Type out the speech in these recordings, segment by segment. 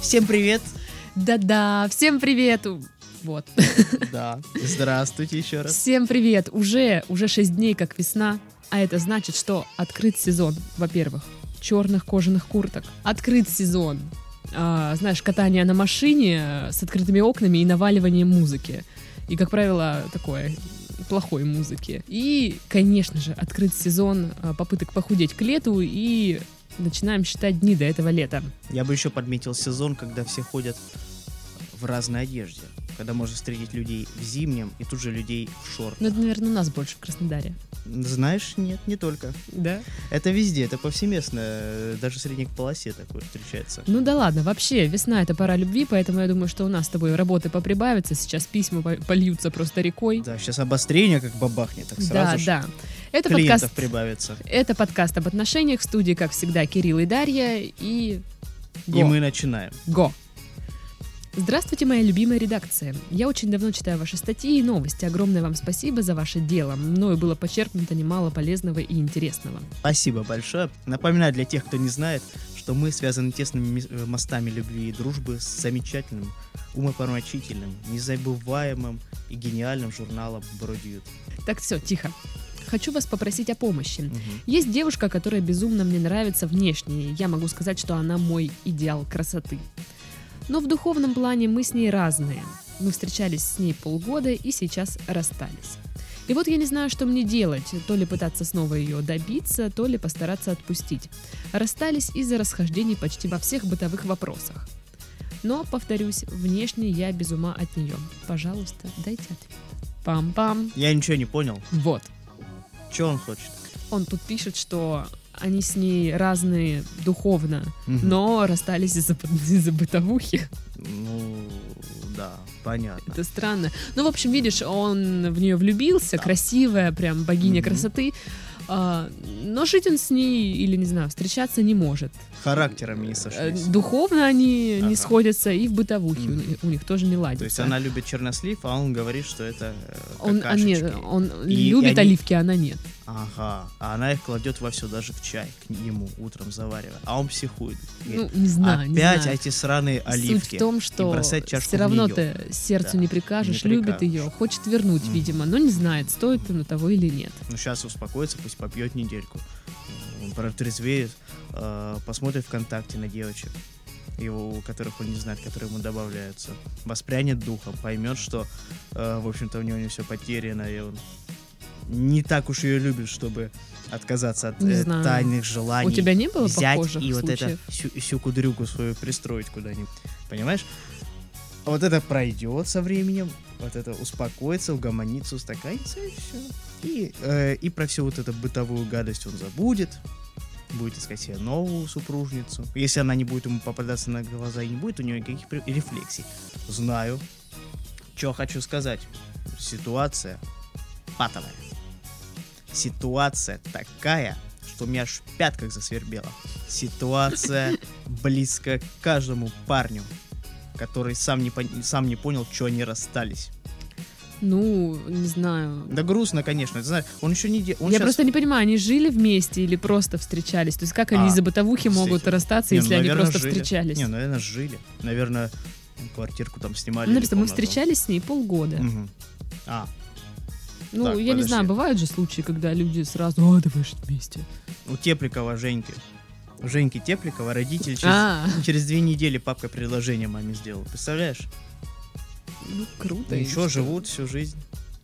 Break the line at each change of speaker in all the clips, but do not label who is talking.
Всем привет.
Да-да, всем привет! У- Вот.
Да. Здравствуйте еще раз.
Всем привет! Уже, уже 6 дней как весна, а это значит, что открыт сезон, во-первых, черных кожаных курток. Открыт сезон, а, знаешь, катание на машине э, с открытыми окнами и наваливанием музыки. И, как правило, такое плохой музыки. И, конечно же, открыт сезон а, попыток похудеть к лету и начинаем считать дни до этого лета.
Я бы еще подметил сезон, когда все ходят в разной одежде. Когда можно встретить людей в зимнем и тут же людей в
Но
шортах.
Ну, это, наверное, у нас больше в Краснодаре.
Знаешь, нет, не только.
Да?
Это везде, это повсеместно. э, Даже в средней полосе такое встречается.
Ну да ладно, вообще весна это пора любви, поэтому я думаю, что у нас с тобой работы поприбавится, сейчас письма по- польются просто рекой.
Да, сейчас обострение как бабахнет, так
да,
сразу же
да. Это
клиентов
подкаст,
прибавится.
это подкаст об отношениях в студии, как всегда, Кирилл и Дарья и го.
И мы начинаем.
Го. Здравствуйте, моя любимая редакция. Я очень давно читаю ваши статьи и новости. Огромное вам спасибо за ваше дело. Мною было почерпнуто немало полезного и интересного.
Спасибо большое. Напоминаю для тех, кто не знает, что мы связаны тесными ми- э, мостами любви и дружбы с замечательным, умопомрачительным, незабываемым и гениальным журналом «Бродюд».
Так, все, тихо. Хочу вас попросить о помощи.
Мгм.
Есть девушка, которая безумно мне нравится внешне, и я могу сказать, что она мой идеал красоты. Но в духовном плане мы с ней разные. Мы встречались с ней полгода и сейчас расстались. И вот я не знаю, что мне делать, то ли пытаться снова ее добиться, то ли постараться отпустить. Расстались из-за расхождений почти во всех бытовых вопросах. Но, повторюсь, внешне я без ума от нее. Пожалуйста, дайте ответ. Пам-пам.
Я ничего не понял.
Вот.
Че он хочет?
Он тут пишет, что они с ней разные духовно,
Мгм.
но расстались из-за из бытовухи.
Ну, да, понятно.
Это странно. Ну, в общем, видишь, он в нее влюбился,
Да.
красивая, прям богиня
Мгм.
красоты. А, но жить он с ней, или не знаю, встречаться не может.
Характерами не сошлись.
Э, Духовно они
Ага.
не сходятся, и в бытовухе у
Мгм.
них- у них тоже не ладится.
То есть она любит чернослив, а он говорит, что это э,
он, а, нет,
какашечки.
он
И- и
любит
они-
оливки, а она нет.
Ага. А она их кладет во все, даже в чай к ему утром заваривая. А он психует.
Ну,
Говорит,
не знаю, не
Опять
знаю.
эти сраные оливки.
Суть в том, что
бросать чашку
все
в
равно
неё.
ты сердцу
Да,
не прикажешь,
не
любит
прикажешь.
ее, хочет вернуть,
Мгм.
видимо, но не знает, стоит оно того или нет.
Ну, сейчас успокоится, пусть попьет недельку. Он протрезвеет, э, посмотрит ВКонтакте на девочек, его, у которых он не знает, которые ему добавляются. Воспрянет духом, поймет, что, э, в общем-то, у него не все потеряно, и он не так уж ее любит, чтобы отказаться от
Не
э,
знаю.
тайных желаний.
У тебя не было
взять
похожих
и вот это
случаев?
всю, всю кудрюку свою пристроить куда-нибудь. Понимаешь? А Вот это пройдет со временем, вот это успокоится, угомонится, устаканится и все. И, э, и про всю вот эту бытовую гадость он забудет, будет искать себе новую супружницу. Если она не будет ему попадаться на глаза и не будет у нее никаких пре- рефлексий. Знаю. Что хочу сказать. Ситуация патовая. Ситуация такая, что у меня аж в пятках засвербело. Ситуация близко к каждому парню, который сам не, пон- сам не понял, что они расстались.
Ну, не знаю.
Да грустно, конечно. ты знаешь, он еще не... де- Он
Я
Ну, щас-
просто не понимаю, они жили вместе или просто встречались? То есть как они
А,
из-за бытовухи могут
действительно.
расстаться,
Не, ну,
если они
наверное,
просто
жили.
встречались?
Не, ну, наверное, жили. Наверное, квартирку там снимали.
Ну,
или
Написано, мы
комнату.
встречались с ней полгода.
Мгм. А,
Ну,
Так,
я не
подожди. Ну,
знаю, бывают же случаи, когда люди сразу, а, давай жить вместе.
у Тепликова Женьки. У Женьки Тепликова родитель через,
А,
через две недели папка предложение маме сделал. Представляешь?
ну круто. и
Ничего,
что?
живут всю жизнь.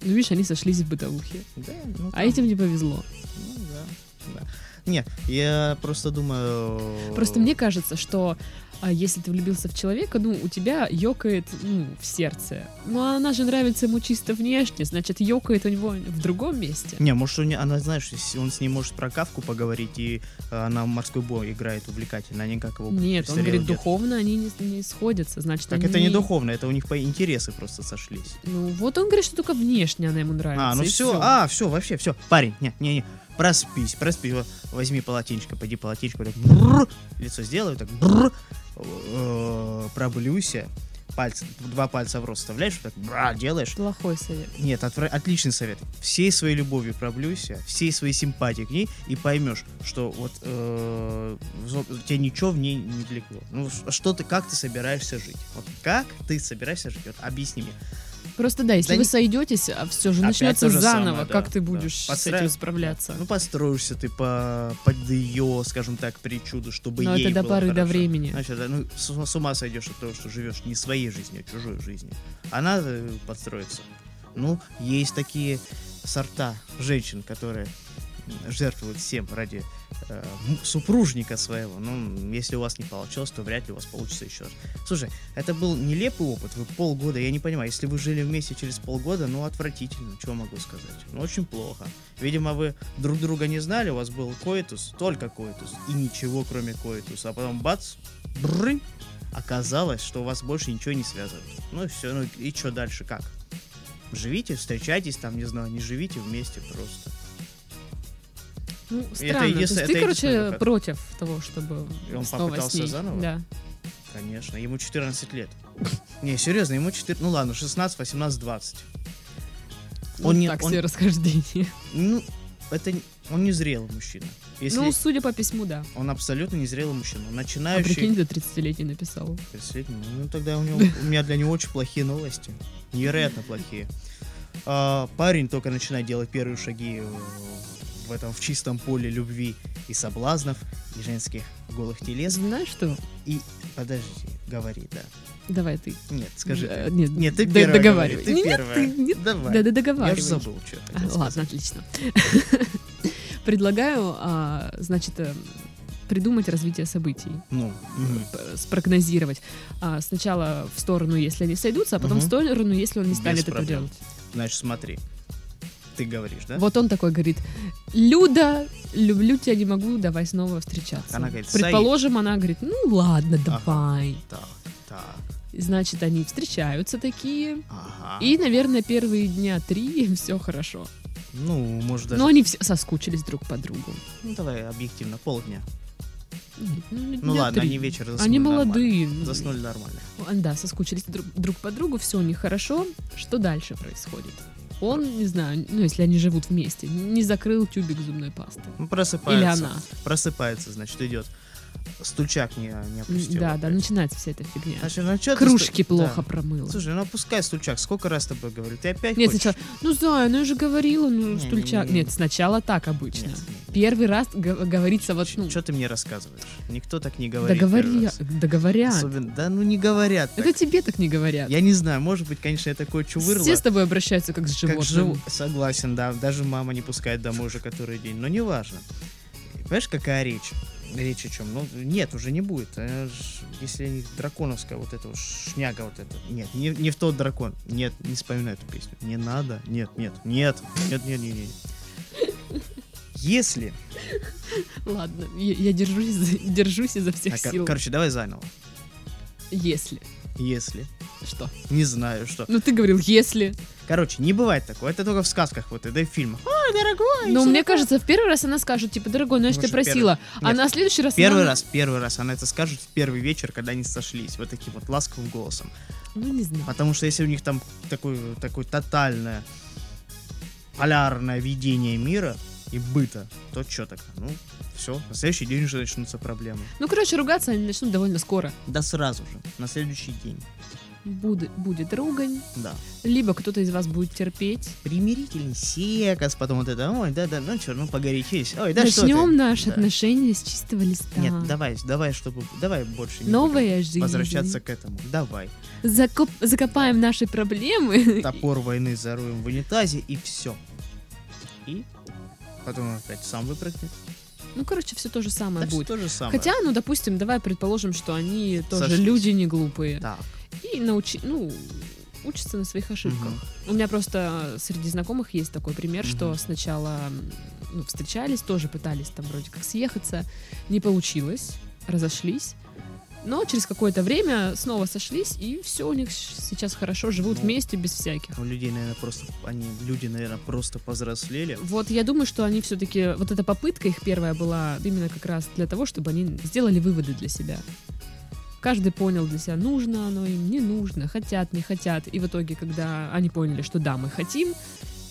Ну, видишь, они сошлись в бытовухе.
Да, ну,
А
там-
этим не повезло.
Ну да, да. Нет, я просто думаю... э,
Просто мне кажется, что а, если ты влюбился в человека, ну, у тебя ёкает ну, в сердце. Ну, а она же нравится ему чисто внешне, значит, ёкает у него в другом месте.
Не, может, у не- она, знаешь, с- он с ней может про кавку поговорить, и э, она в морской бой играет увлекательно, а не как его
Нет,
престарелый
он говорит,
дед.
духовно они не, не сходятся, значит,
Так
они...
это не духовно, это у них по интересы просто сошлись.
Ну, вот он говорит, что только внешне она ему нравится.
А, ну
и
все,
всё.
а, все, вообще, все. Парень, не, не, не, проспись, проспись. Вот, Возьми полотенечко, пойди полотенечко, вот так, бррр, лицо сделай, вот так, бррр, э, проблюйся, пальца, два пальца в рот вставляешь, вот так бра, делаешь.
Плохой совет.
Нет, отвра- отличный совет. Всей своей любовью проблюйся, всей своей симпатией к ней, и поймешь, что вот э, зо- тебе ничего в ней не влекло. Ну, ш- что ты, как ты собираешься жить? Вот как ты собираешься жить? Вот объясни мне.
Просто да, если
Да
вы
не-
сойдетесь, а все же
Опять
начнется
то же
заново.
самое, да,
как ты
да.
будешь с
Подстра-
этим справляться?
Ну, построишься ты по, под ее, скажем так, причуду, чтобы
Но
ей
Ну, а это до
было
поры до
хорошо.
времени.
Значит, да, ну, с, с ума сойдешь от того, что живешь не своей жизнью, а чужой жизнью. Она э, подстроится. Ну, есть такие сорта женщин, которые м, жертвуют всем ради э, м- супружника своего. Ну, м, если у вас не получилось, то вряд ли у вас получится еще раз. Слушай, это был нелепый опыт. Вы полгода, я не понимаю, если вы жили вместе через полгода, ну, отвратительно, чего могу сказать. Ну, очень плохо. Видимо, вы друг друга не знали, у вас был коитус, только коитус, и ничего кроме коитуса. А потом бац, брынь, оказалось, что у вас больше ничего не связывает. Ну и все, ну и что дальше, как? Живите, встречайтесь там, не знаю, не живите вместе просто.
Ну, странно. То есть
единствен- это
ты,
единственный
короче,
выход.
против того, чтобы
И он
снова с
попытался
ней.
заново?
Да.
Конечно, ему 14 лет. Не, серьезно, ему 14, ну ладно, 16, 18, 20. Он
Вот
не-
Ну, так
он-
себе расхождение.
Ну, это не- он не зрелый мужчина. Если
Ну, судя по письму, да.
он абсолютно не зрелый мужчина, он
А
начинающий.
прикинь, до 30-летний написал.
Представитель, Ну, тогда у, него, у меня для него очень плохие новости. Невероятно плохие. А, парень только начинает делать первые шаги э, в этом в чистом поле любви и соблазнов, и женских голых телес.
Знаешь что?
И, подожди, говори, да.
Давай ты.
Нет, скажи.
Э,
ты.
Нет,
Нет, ты
д-
первая
договаривай.
говори, ты
Нет,
первая.
ты- нет.
Давай.
Да, да,
Я же
договаривай.
забыл, что я
А,
хотел сказать.
Ладно, отлично. Предлагаю, а, значит, э, придумать развитие событий,
Ну, мгм.
п- спрогнозировать. А, Сначала в сторону, если они сойдутся, а потом в
Мгм.
сторону, если он не
Без
станет это
проблем.
делать.
значит, смотри. Ты говоришь, да?
Вот он такой говорит, Люда, люблю тебя, не могу, давай снова встречаться.
Она говорит, «Саид».
Предположим, она говорит, ну ладно,
Ага.
давай.
Так, так,
Значит, они встречаются такие.
ага.
И, наверное, первые дня три все хорошо.
Ну, может даже...
Но они все соскучились друг по другу.
Ну, давай объективно, полдня.
Нет, Ну,
Ну
дня
ладно,
три.
они вечер заснули
Они
нормально.
молодые.
Заснули нормально.
А, Да, соскучились друг, друг по другу, все у них хорошо. Что дальше происходит? Он, не знаю, ну если они живут вместе, не закрыл тюбик зубной пасты.
Ну,
Или
просыпается.
она.
Просыпается, значит, идет. Стучак не, не опустил.
Да, да,
опять.
начинается вся эта фигня.
Значит, ну, чё ты
Кружки
сту-
плохо
Да.
промыла.
Слушай, ну опускай стульчак, сколько раз тобой говорю? Ты опять
Нет,
хочешь?
сначала, ну Зая, ну я же говорила, ну
Не,
стульчак.
не, не.
Нет, сначала так обычно.
Нет, нет, нет.
Первый раз г- говорится вот, ну,
Чё ты мне рассказываешь? Никто так не говорит. первый
договори,
раз.
договорят.
Особенно, да ну не говорят так.
Это тебе так не говорят.
Я не знаю, может быть, конечно, я такое чувырло.
Все с тобой обращаются как с
Как живу-
животным.
Согласен, да. Даже мама не пускает домой уже который день. Но неважно. Понимаешь, какая речь? Речь о чем? Ну, нет, уже не будет. Э, ж- Если не драконовская вот эта вот шняга вот эта. Нет, не, не в тот дракон. Нет, не вспоминай эту песню. Не надо. Нет, нет, нет. Нет, нет, нет, нет. Если...
Ладно, я, я держусь, за- держусь изо всех
А, кор-
сил.
короче, давай заново.
Если.
Если.
Что?
Не знаю, что.
Ну ты говорил, если.
Короче, не бывает такого. Это только в сказках вот, это и в фильмах. Ой, дорогой.
Но
всё
мне
такое».
кажется, в первый раз она скажет, типа, дорогой, ну я же
Ну,
тебя
что первый-
просила. А
Нет.
на следующий раз...
Первый
она-
раз, первый раз она это скажет в первый вечер, когда они сошлись, вот таким вот ласковым голосом.
Ну не знаю.
Потому что если у них там такое, такое тотальное, полярное видение мира и быта, то что тогда? Ну, все, на следующий день уже начнутся проблемы.
Ну, короче, ругаться они начнут довольно скоро.
Да сразу же, на следующий день,
Буд- будет ругань,
да.
либо кто-то из вас будет терпеть.
Примирительный секс, потом вот это, ой, да-да, ну что, ну погорячись, ой, да что ты.
Начнем наши
Да.
отношения с чистого листа.
Нет, давай, давай, чтобы, давай больше не будем
Новая жизнь.
возвращаться к этому, давай.
Закоп- Закопаем наши проблемы.
топор войны заруем в унитазе и все. И потом он опять сам выпрыгнет.
Ну, короче, все то же
Да
самое
всё
будет.
то же самое.
Хотя, ну, допустим, давай предположим, что они тоже
Сошлись.
люди не глупые.
Так,
И научи, ну, учатся на своих ошибках.
Мгм.
У меня просто среди знакомых есть такой пример, что
Мгм.
сначала м, ну, встречались, тоже пытались там вроде как съехаться, не получилось, разошлись. Но через какое-то время снова сошлись, и все у них щ- сейчас хорошо, живут
Ну.
вместе без всяких.
у людей, наверное, просто... Они, люди, наверное, просто повзрослели.
Вот я думаю, что они все-таки, вот эта попытка их первая была именно как раз для того, чтобы они сделали выводы для себя. Каждый понял для себя, нужно оно им, не нужно, хотят, не хотят. И в итоге, когда они поняли, что да, мы хотим,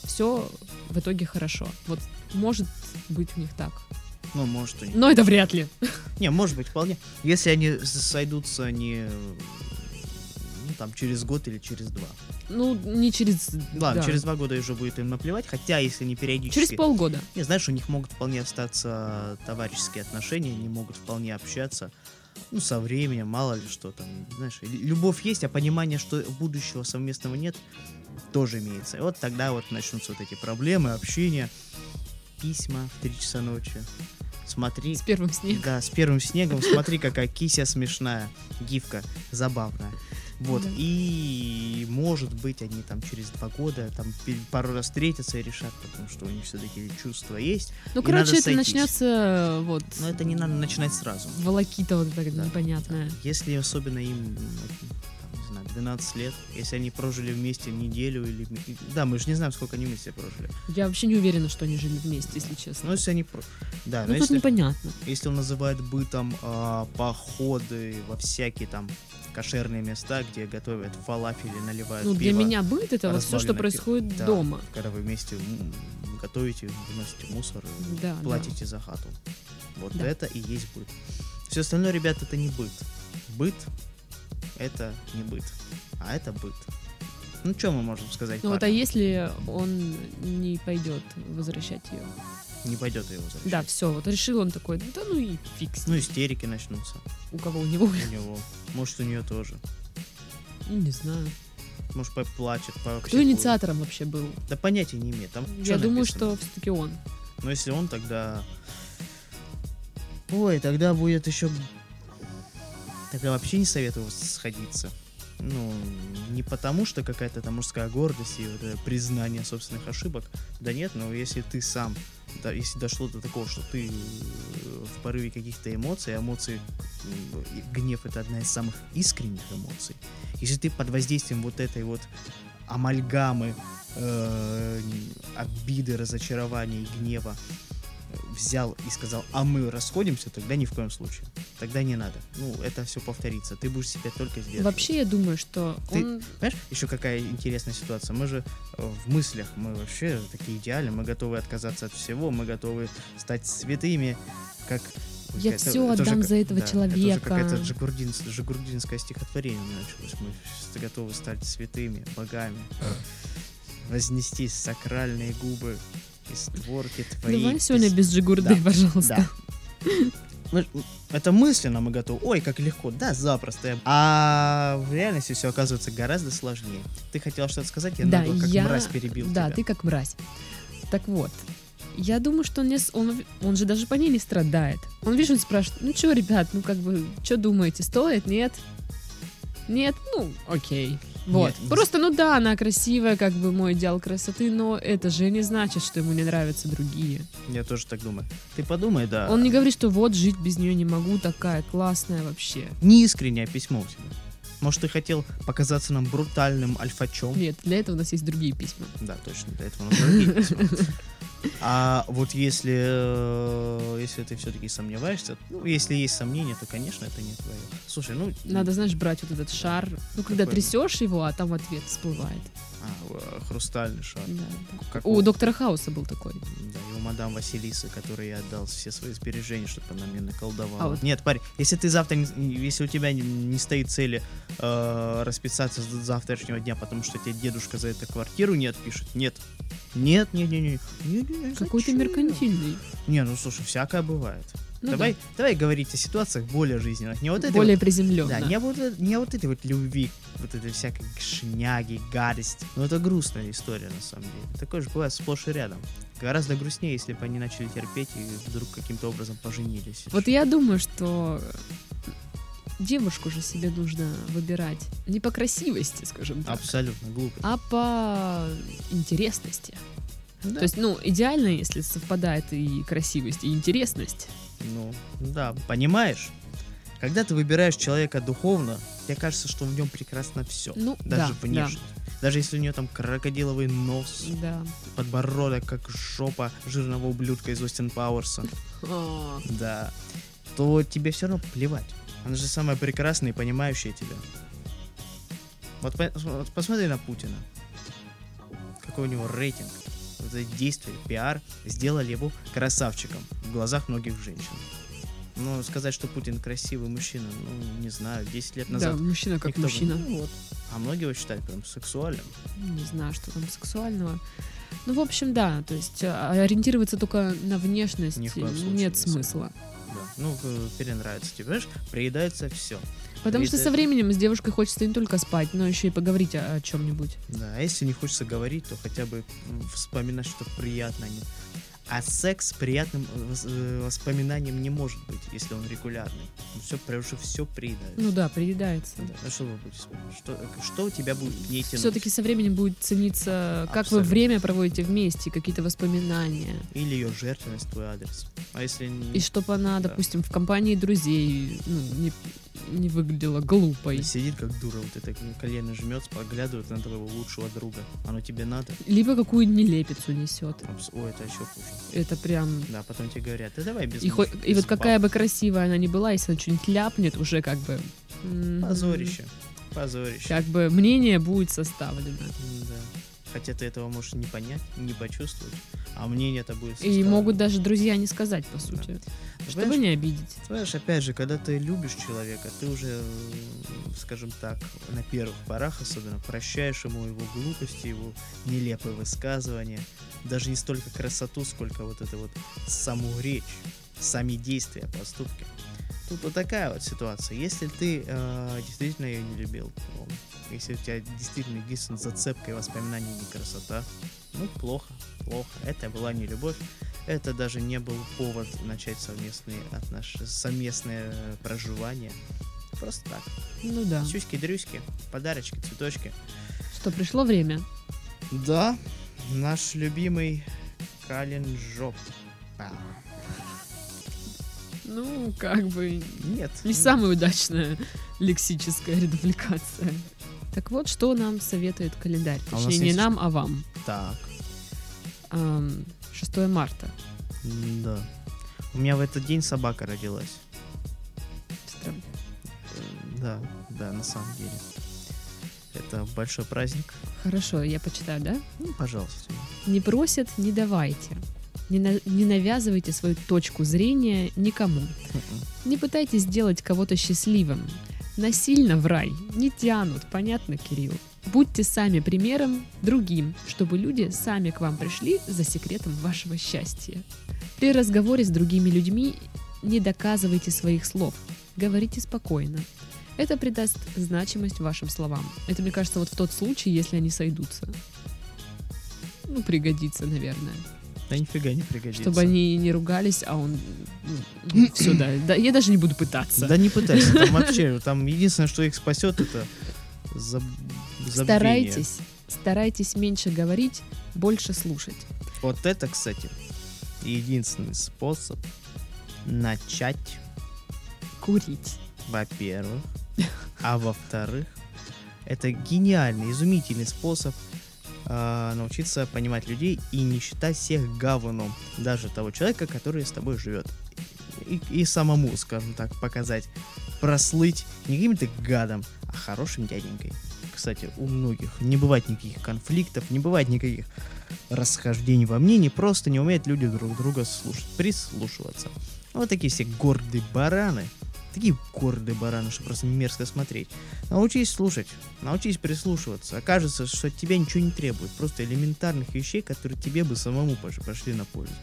все в итоге хорошо. Вот может быть у них так.
Ну, может, и...
Но это вряд ли.
Не, может быть, вполне. Если они с- сойдутся не... Ну, там, через год или через два.
Ну, не через...
Ладно,
да.
через два года уже будет им наплевать, хотя если не периодически...
Через полгода.
Не, знаешь, у них могут вполне остаться товарищеские отношения, они могут вполне общаться. Ну, со временем, мало ли что там, знаешь, лю- любовь есть, а понимание, что будущего совместного нет, тоже имеется. И вот тогда вот начнутся вот эти проблемы, общение, письма в 3 часа ночи. Смотри,
С первым снегом.
да, с первым снегом, смотри, какая кися смешная, гифка, забавная. Вот,
Да.
и может быть они там через два года там пер- пару раз встретятся и решат, потому что у них все-таки чувства есть.
Ну,
И
короче,
надо
это
сойтись.
начнется вот...
Но это не надо начинать сразу.
Волокита вот эта
Да.
непонятная.
Если особенно им, м, там, не знаю, 12 лет, если они прожили вместе неделю или... м- и- Да, мы же не знаем, сколько они вместе прожили.
Я вообще не уверена, что они жили вместе, если честно.
Но если они... про- Да,
Ну,
но
тут
Ну, если...
непонятно.
если он называет бытом а, походы во всякие там кошерные места, где готовят фалафель и наливают
Ну, для
пиво,
меня быт — это вот все, что
разбавленное
происходит
пиво. Да,
дома.
когда вы вместе м, готовите, выносите мусор, и
Да,
платите за хату. Вот
Да.
это и есть быт. Все остальное, ребят, это не быт. Быт — это не быт, а это быт. Ну, что мы можем сказать?
Ну вот, а
парню?
если он не пойдет возвращать ее?
Не пойдет его возвращать.
Да, все, вот решил он такой, да ну и фикс.
Ну, истерики начнутся
У кого у него,
у него. Может, у нее тоже.
Ну, не знаю.
Может, поплачет,
Кто инициатором вообще был?
Да понятия не имеет. Там
Я
чё
думаю,
написано?
что все-таки он.
Но если он, тогда... Ой, тогда будет еще... Тогда вообще не советую сходиться. Ну, не потому, что какая-то там мужская гордость и вот это признание собственных ошибок. Да нет, но если ты сам, да, если дошло до такого, что ты э, в порыве каких-то эмоций, а эмоции, м, и гнев это одна из самых искренних эмоций. Если ты под воздействием вот этой вот амальгамы э, обиды, разочарования и гнева э, взял и сказал, а мы расходимся, тогда ни в коем случае. Тогда не надо. Ну, это все повторится. Ты будешь себя только сдерживать.
Вообще, я думаю, что
Ты-
он...
Понимаешь, еще какая интересная ситуация. Мы же э, в мыслях, мы вообще такие идеальны, мы готовы отказаться от всего, мы готовы стать святыми, как... Ой,
Я
это-
всё
это уже
отдам
как-
за этого
да, Это уже
человека.
какое-то джигурдинс- джигурдинское стихотворение началось. Мы с- готовы стать святыми, богами, вознести сакральные губы из творки твоей.
Давай сегодня
пис-
без джигурды,
Да,
пожалуйста.
да. Мы ж- Это мысленно мы готовы. Ой, как легко. Да, запросто. А в реальности все оказывается гораздо сложнее. Ты хотела что-то сказать, я
Да,
нагло как
я-
мразь перебил
Да,
тебя.
ты как мразь. Так вот, я думаю, что он, не с- он, он же даже по ней не страдает. Он, видишь, он спрашивает, ну что, ребят, ну как бы, что думаете, стоит, нет? Нет, ну, окей. Вот.
Нет, не-
Просто, ну да, она красивая, как бы мой идеал красоты, но это же не значит, что ему не нравятся другие.
Я тоже так думаю. Ты подумай, да.
Он не говорит, что вот жить без нее не могу, такая классная вообще.
Неискреннее письмо у тебя. Может, ты хотел показаться нам брутальным альфачом?
Нет, для этого у нас есть другие письма.
Да, точно, для этого нужно другие письма. А вот если, э, если ты все-таки сомневаешься, ну, если есть сомнения, то, конечно, это не твое. Слушай, ну...
Надо, знаешь, брать вот этот шар, ну когда
Какой?
трясешь его, а там ответ всплывает.
а, э, хрустальный шар.
Да, да.
Как
У доктора Хауса был такой.
Да, и у мадам Василисы, которой я отдал все свои сбережения, чтобы она мне наколдовала.
А вот-
Нет, парень, если ты завтра, не- если у тебя не, не стоит цели э, расписаться с завтрашнего дня, потому что тебе дедушка за это квартиру не отпишет, нет. Нет, нет, нет, нет. нет, нет, нет,
Какой-то
зачем?
меркантильный.
Не, ну слушай, всякое бывает.
Ну
давай,
да.
давай говорить о ситуациях более жизненных. Не вот это
Более
вот, да,
приземленно.
не вот, э- не вот этой вот любви, вот этой всякой шняги, гадости. Но это грустная история, на самом деле. Такое же бывает сплошь и рядом. Гораздо грустнее, если бы они начали терпеть и вдруг каким-то образом поженились.
Вот я думаю, что девушку же себе нужно выбирать не по красивости, скажем так,
Абсолютно глупо.
а по интересности.
Да.
То есть, ну, идеально, если совпадает и красивость, и интересность.
Ну, да, понимаешь? Когда ты выбираешь человека духовно, тебе кажется, что в нем прекрасно все.
Ну,
Даже
да,
внешне. Даже если у нее там крокодиловый нос,
Да.
подбородок, как жопа жирного ублюдка из Остин Пауэрса.
да. А,
Да. То тебе все равно плевать. Она же самая прекрасная и понимающая тебя. Вот, по- вот посмотри на Путина. Какой у него рейтинг. Вот эти действия, пиар сделали его красавчиком в глазах многих женщин. Но сказать, что Путин красивый мужчина, ну, не знаю, 10 лет
Да,
назад.
мужчина как
никто бы-
мужчина. Ну,
ну вот. А многие его считают прям сексуальным.
не знаю, что там сексуального. Ну, в общем, да, то есть э, ориентироваться только на внешность
Ни в коем случае
нет
не
смысла.
Да. Ну, э, перенравится тебе, понимаешь? Приедается все.
Потому что
Из-за
со
этого-
временем с девушкой хочется не только спать, но еще и поговорить о, о чем-нибудь.
Да, а если не хочется говорить, то хотя бы м, вспоминать что-то приятное. Не- А секс приятным э, вос- э, воспоминанием не может быть, если он регулярный. Все, уже все приедается.
Ну да, приедается.
Да, а что вы будете вспоминать? Что, э, что у тебя будет в ней тянуть?
Все-таки со временем будет цениться, как вы
Абсолютно.
время проводите вместе, какие-то воспоминания.
Или ее жертвенность в твой адрес. А если н-
И чтобы она,
Да.
допустим, в компании друзей ну, не, не выглядела глупой.
сидит как дура, вот это колено жмется, поглядывает на твоего лучшего друга. Оно тебе надо?
Либо какую нелепицу несет.
Абс- Ой, это еще хуже.
Это прям
Да, а потом тебе говорят, да давай без
И, хо-
мужа,
и
без
вот какая
баб».
бы красивая она ни была, если она что-нибудь ляпнет, уже как бы... м,
Позорище. Позорище.
Как бы мнение будет составлено.
Да. Хотя ты этого можешь не понять, не почувствовать, а мнение это будет
И
составлено.
могут даже друзья не сказать, по сути.
Ты
Чтобы
понимаешь,
не обидеть.
понимаешь, опять же, когда ты любишь человека, ты уже, м, скажем так, на первых порах особенно прощаешь ему его глупости, его нелепые высказывания, даже не столько красоту, сколько вот это вот саму речь, сами действия, поступки. Тут вот такая вот ситуация. Если ты э, действительно ее не любил, то если у тебя действительно единственная зацепка и воспоминание не красота, ну плохо, плохо. Это была не любовь, это даже не был повод начать совместные отношения, совместное э, проживание. Просто так.
Ну да.
Сюськи-дрюськи, подарочки, цветочки.
Что, пришло время?
Да, наш любимый Калин Жоп. А,
Ну, как бы...
нет.
Не самая удачная лексическая редупликация. Так вот, что нам советует календарь.
А у нас
Точнее, не
есть-
нам, а вам.
Так.
Ам, 6 марта.
Да. У меня в этот день собака родилась.
Странно.
Э, Да, да, на самом деле. Это большой праздник.
Хорошо, я почитаю, да?
Ну, пожалуйста.
Не просят, не давайте. Не, на- не навязывайте свою точку зрения никому.
Мгм.
Не пытайтесь сделать кого-то счастливым. Насильно в рай не тянут, понятно, Кирилл? Будьте сами примером другим, чтобы люди сами к вам пришли за секретом вашего счастья. При разговоре с другими людьми не доказывайте своих слов. Говорите спокойно. Это придаст значимость вашим словам. Это, мне кажется, вот в тот случай, если они сойдутся. Ну, пригодится, наверное.
Да нифига не пригодится.
Чтобы они не ругались, а он... Все, да, да. Я даже не буду пытаться.
Да не пытайся, там вообще, там единственное, что их спасет, это заб... забвение.
старайтесь, старайтесь меньше говорить, больше слушать.
Вот это, кстати, единственный способ начать,
Курить.
во-первых, а во-вторых, это гениальный, изумительный способ а, научиться понимать людей и не считать всех говном, даже того человека, который с тобой живет. И, и самому, скажем так, показать, прослыть не каким-то гадом, а хорошим дяденькой. Кстати, у многих не бывает никаких конфликтов, не бывает никаких расхождений во мнении, просто не умеют люди друг друга слушать, прислушиваться. Вот такие все гордые бараны, такие гордые бараны, что просто мерзко смотреть. Научись слушать, научись прислушиваться. Окажется, что от тебя ничего не требует, просто элементарных вещей, которые тебе бы самому пош- пошли на пользу.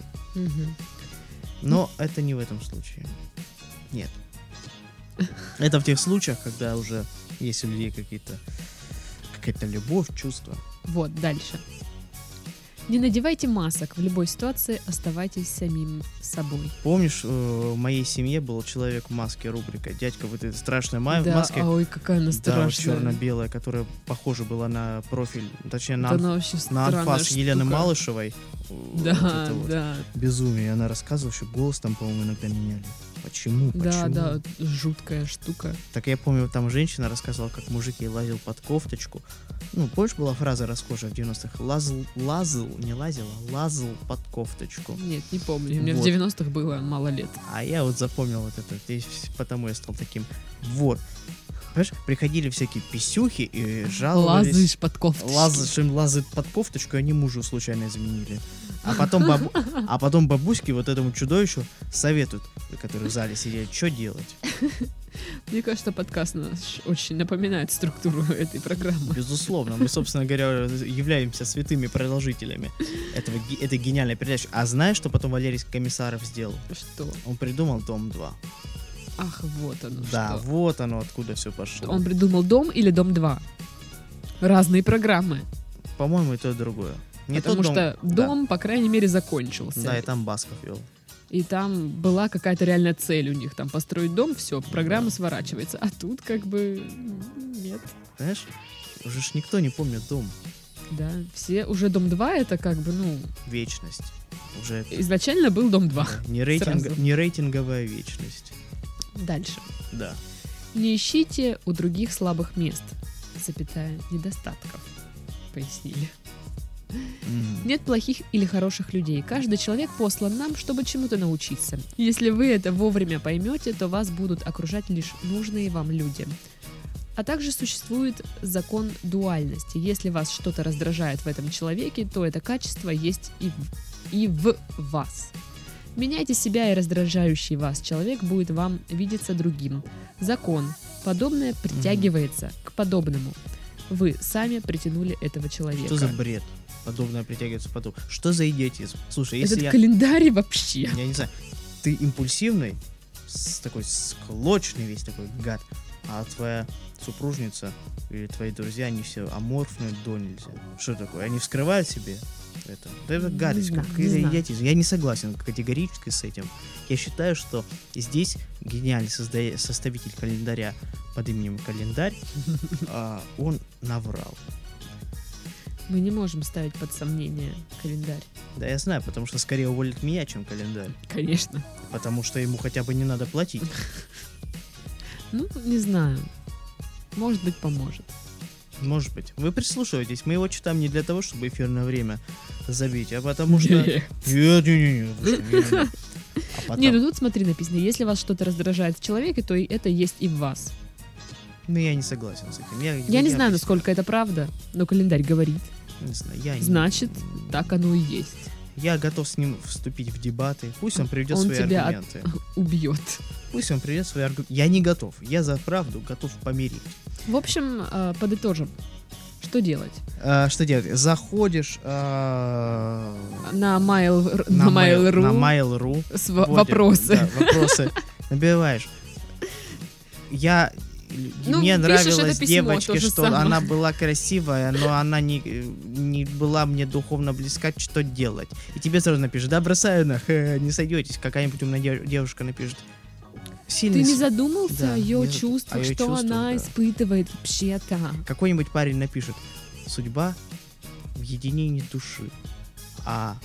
Но это не в этом случае. Нет. Это в тех случаях, когда уже есть у людей какие-то какая-то любовь, чувства.
Вот, дальше. Не надевайте масок. В любой ситуации оставайтесь самим собой.
Помнишь, э, в моей семье был человек в маске рубрика. Дядька вот этой страшной ма- в
да,
маске.
а ой, какая она страшная.
черно-белая, которая похожа была на профиль, точнее на,
Вот она вообще
анф- на
странная
анфас Елены
штука.
Малышевой. Вот
Да,
это вот А
да.
Безумие. Она рассказывала, что голос там, по-моему, иногда меняли. Почему? Почему?
Да, да, жуткая штука.
Так я помню, там женщина рассказала, как мужик ей лазил под кофточку. Ну, помнишь, была фраза расхожая в 90-х? Лазл, лазл, не лазил, а лазл под кофточку.
Нет, не помню. Мне
Вот.
в 90-х было мало лет.
А я вот запомнил вот это, и с- потому я стал таким. Вот. Понимаешь, приходили всякие писюхи и жаловались.
Лазаешь под кофточки.
А, Лазаешь, им лазают под кофточку, и они мужу случайно изменили. А потом, бабу- а потом бабуськи вот этому чудовищу советуют, которые в зале сидели, что делать.
Мне кажется, подкаст наш очень напоминает структуру этой программы.
Безусловно, мы, собственно говоря, являемся святыми продолжителями этого, ги- этой гениальной передачи. А знаешь, что потом Валерий Комиссаров сделал?
Что?
Он придумал Дом 2.
Ах, вот оно
да,
что.
вот оно откуда все пошло.
Он придумал «Дом» или «Дом 2»? Разные программы.
По-моему, и то, и другое. Не
потому
тот
что «Дом»,
Да.
по крайней мере, закончился.
Да. и там Басков вел.
И там была какая-то реальная цель у них. Там построить дом, все, программа сворачивается. А тут как бы м, нет.
Знаешь, уже ж никто не помнит Дом.
Да, все уже «Дом 2» это как бы, ну,
Вечность. Уже
изначально был «Дом 2».
не, рейтинг-
сразу.
не рейтинговая вечность.
Дальше.
Да.
Не ищите у других слабых мест, запятая, недостатков, пояснили.
М.
Нет плохих или хороших людей. Каждый человек послан нам, чтобы чему-то научиться. Если вы это вовремя поймете, то вас будут окружать лишь нужные вам люди. А также существует закон дуальности. Если вас что-то раздражает в этом человеке, то это качество есть и в, и в вас. Меняйте себя, и раздражающий вас человек будет вам видеться другим. Закон. Подобное притягивается к подобному. Вы сами притянули этого человека.
Что за бред? Подобное притягивается потом. Что за идиотизм? Слушай, если
Этот
я...
календарь вообще.
Я не знаю, ты импульсивный, с такой склочный весь такой гад, а твоя супружница или твои друзья, они все аморфные до нельзя. Что такое? Они вскрывают себе это. Да Это
Не
гадость,
знаю,
как
не знаю.
идиотизм. Я не согласен категорически с этим. Я считаю, что здесь гениальный созда- составитель календаря под именем календарь, а, он наврал.
Мы не можем ставить под сомнение календарь.
Да, я знаю, потому что скорее уволит меня, чем календарь.
Конечно.
Потому что ему хотя бы не надо платить.
Ну, не знаю. Может быть, поможет.
Может быть. Вы прислушиваетесь. Мы его читаем не для того, чтобы эфирное время забить, а потому что... Нет, нет, нет, нет, вы что, нет, нет. А
Не,
потом...
ну тут смотри, написано, если вас что-то раздражает в человеке, то и это есть и в вас.
Ну, я не согласен с этим. Ну, Я,
Я не знаю,
объясню.
насколько это правда, но календарь говорит.
Не знаю, я не-
Значит, Так оно и есть.
Я готов с ним вступить в дебаты. Пусть он приведет
Он
свои
тебя от-
аргументы.
Убьет.
Пусть он приведет свои аргументы. Я не готов. Я за правду готов помирить.
В общем, э, подытожим. Что делать?
А, что делать? Заходишь а,
На Mail.ru на Mail.ru
На Mail.ru.
с во-
вводишь,
вопросы.
да, вопросы набиваешь. Я
Ну,
мне
пишешь это
нравилась
письмо,
девочке,
то же
что
самое.
она была красивая, но она не, не была мне духовно близка, что делать. И тебе сразу напишут, да, бросаю нах, э, не сойдетесь. Какая-нибудь умная дев- девушка напишет.
Ты
Сильный
не
с-
задумался
Да,
о
не
ее
зад-
чувствах,
о её
что
чувствах,
она
да.
испытывает вообще-то?
Какой-нибудь парень напишет, судьба в единении души, а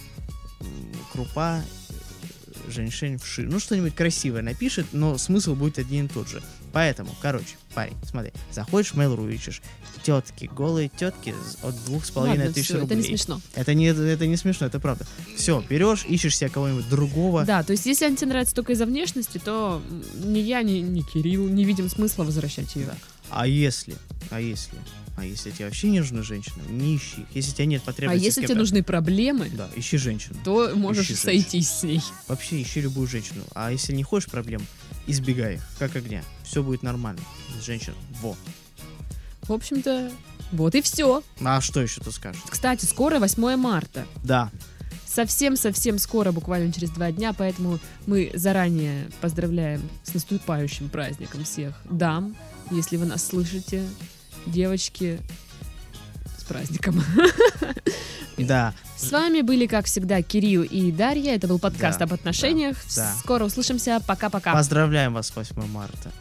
м, крупа э, женьшень в ши. Ну, что-нибудь красивое напишет, но смысл будет один и тот же. Поэтому, короче, парень, смотри, заходишь в Mail.ru, ищешь тетки, голые тетки с- от двух с половиной
Ладно,
тысяч
всё,
рублей.
Это не смешно.
Это не, это не смешно, это правда. Все, берешь, ищешь себе кого-нибудь другого.
Да, то есть если она тебе нравится только из-за внешности, то м, ни я, ни, ни Кирилл не видим смысла возвращать ее.
Да. А если, а если, а если тебе вообще не нужна женщина, не ищи их. Если тебе нет
а
потребности с
если тебе
кем-то-
нужны проблемы,
Да, ищи женщину.
то можешь
Ищи женщину.
сойтись с ней.
Вообще ищи любую женщину. А если не хочешь проблем, избегай их, как огня. Все будет нормально. С женщин. Во.
В общем-то, вот и все.
А что еще ты скажешь?
Кстати, скоро 8 марта.
Да.
Совсем-совсем скоро, буквально через два дня, поэтому мы заранее поздравляем с наступающим праздником всех дам. Если вы нас слышите, девочки, с праздником.
Да.
С вами были, как всегда, Кирилл и Дарья. Это был подкаст
Да,
об отношениях.
да, да.
Скоро услышимся. Пока-пока.
Поздравляем вас с 8 марта.